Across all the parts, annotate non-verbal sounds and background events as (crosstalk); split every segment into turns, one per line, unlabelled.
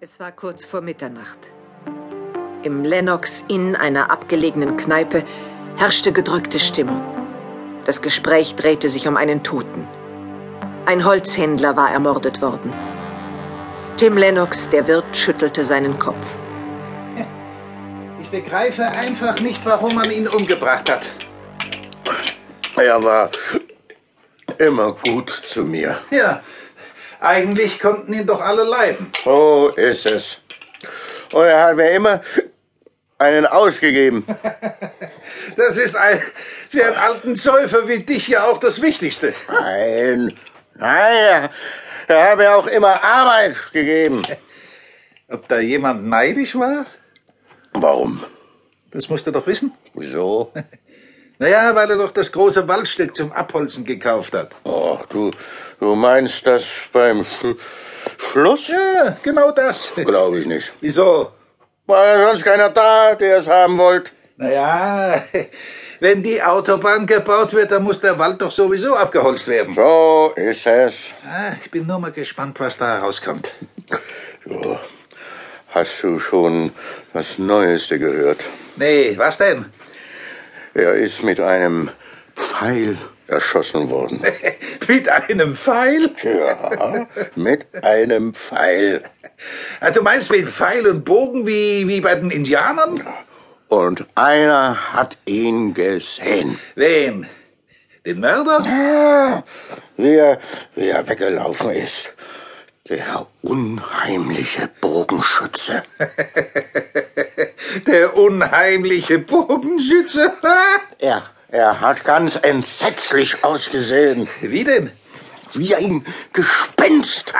Es war kurz vor Mitternacht. Im Lennox Inn, einer abgelegenen Kneipe, herrschte gedrückte Stimmung. Das Gespräch drehte sich um einen Toten. Ein Holzhändler war ermordet worden. Tim Lennox, der Wirt, schüttelte seinen Kopf.
Ich begreife einfach nicht, warum man ihn umgebracht hat.
Er war immer gut zu mir.
Ja, eigentlich konnten ihn doch alle leiden.
So ist es. Und er hat mir immer einen ausgegeben.
Das ist ein, für einen alten Säufer wie dich ja auch das Wichtigste.
Nein, nein, er, er hat mir auch immer Arbeit gegeben.
Ob da jemand neidisch war?
Warum?
Das musst du doch wissen.
Wieso?
Naja, weil er doch das große Waldstück zum Abholzen gekauft hat.
Ach, Oh, du, du meinst das beim Sch Schluss?
Ja, genau das.
Glaube ich nicht.
Wieso?
War ja sonst keiner da, der es haben wollte.
Naja, wenn die Autobahn gebaut wird, dann muss der Wald doch sowieso abgeholzt werden.
So ist es.
Ah, ich bin nur mal gespannt, was da herauskommt.
So. Hast du schon das Neueste gehört?
Nee, was denn?
Er ist mit einem Pfeil erschossen worden.
Mit einem Pfeil?
Ja, mit einem Pfeil.
Ah, Du meinst mit Pfeil und Bogen wie, wie bei den Indianern?
Und einer hat ihn gesehen,
Wen? Den
(laughs)
Mörder?
wie er, wie er weggelaufen ist. Der unheimliche Bogenschütze.
Der unheimliche Bogenschütze? (laughs)
Er, er hat ganz entsetzlich ausgesehen,
Wie denn?
wie ein Gespenst.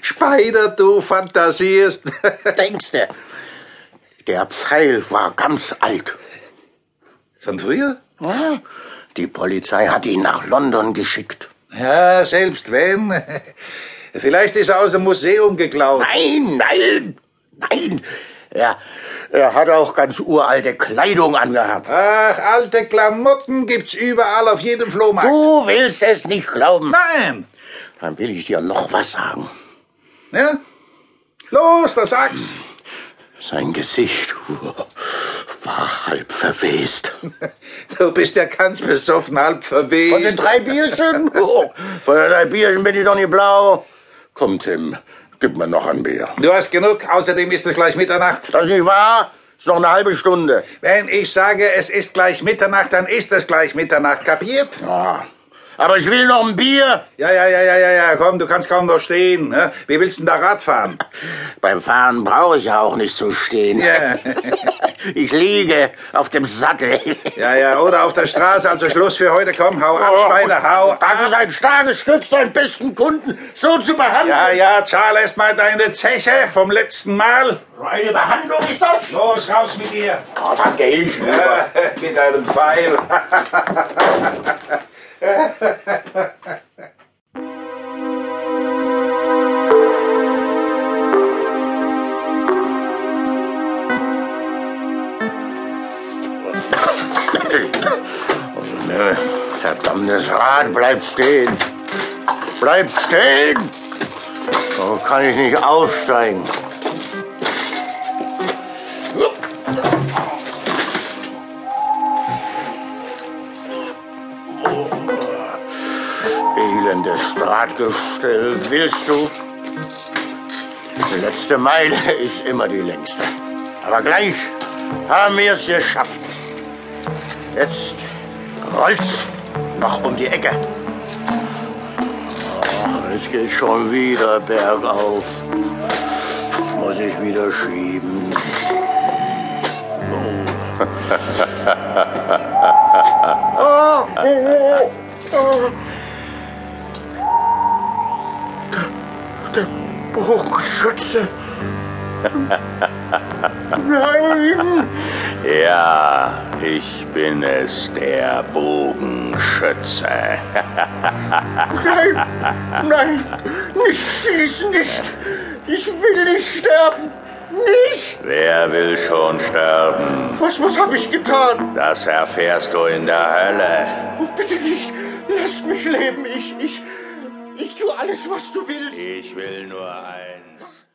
Speider, du fantasierst. (laughs)
Denkst du? Der Pfeil war ganz alt.
Von früher?
Hm? Die Polizei hat ihn nach London geschickt.
Ja, selbst wenn. (laughs) Vielleicht ist er aus dem Museum geklaut.
Nein, nein, nein. Er, er hat auch ganz uralte Kleidung angehabt.
Ach, alte Klamotten gibt's überall auf jedem Flohmarkt.
Du willst es nicht glauben.
Nein!
Dann will ich dir noch was sagen.
Ja? Los, das sag's.
Sein Gesicht (laughs) war halb verwest.
Du bist ja ganz besoffen, halb verweht.
Von den drei Bierchen? (laughs) Oh, von den drei Bierchen bin ich doch nicht blau. Komm, Tim, gib mir noch ein Bier.
Du hast genug, außerdem ist es gleich Mitternacht.
Das ist nicht wahr? Ist noch eine halbe Stunde.
Wenn ich sage, es ist gleich Mitternacht, dann ist es gleich Mitternacht, kapiert?
Ja. Aber ich will noch ein Bier.
Ja, ja, ja, ja, ja, ja, komm, du kannst kaum noch stehen. Ne? Wie willst du denn da Rad fahren?
Beim Fahren brauche ich ja auch nicht zu stehen.
Ja.
(laughs) Ich liege auf dem Sattel.
(laughs) Ja, ja, oder auf der Straße, also Schluss für heute, komm, hau
Oh,
ab, Schweine, hau ab.
Das ist ein starkes Stück, seinen besten Kunden so zu
Ja,
behandeln.
ja, zahl erst mal deine Zeche vom letzten Mal.
So eine Behandlung ist das.
Los, raus mit dir. (laughs)
Oh, dann gehe ich rüber.
Ja, mit einem Pfeil.
Oh, ne, verdammtes Rad, bleib stehen. Bleib stehen! So kann ich nicht aufsteigen. Elendes Drahtgestell, willst du? Die letzte Meile ist immer die längste. Aber gleich haben wir es geschafft. Jetzt rollt's noch um die Ecke. Ach, es geht schon wieder bergauf. Muss ich wieder schieben. Oh, Der Bogenschütze. Nein!
Ja, ich bin es, der Bogenschütze.
Nein, nein, nicht schießen, nicht. Ich will nicht sterben. Nicht.
Wer will schon sterben?
Was, was habe ich getan?
Das erfährst du in der Hölle.
Oh, bitte nicht. Lass mich leben. Ich, ich, ich tue alles, was du willst.
Ich will nur eins.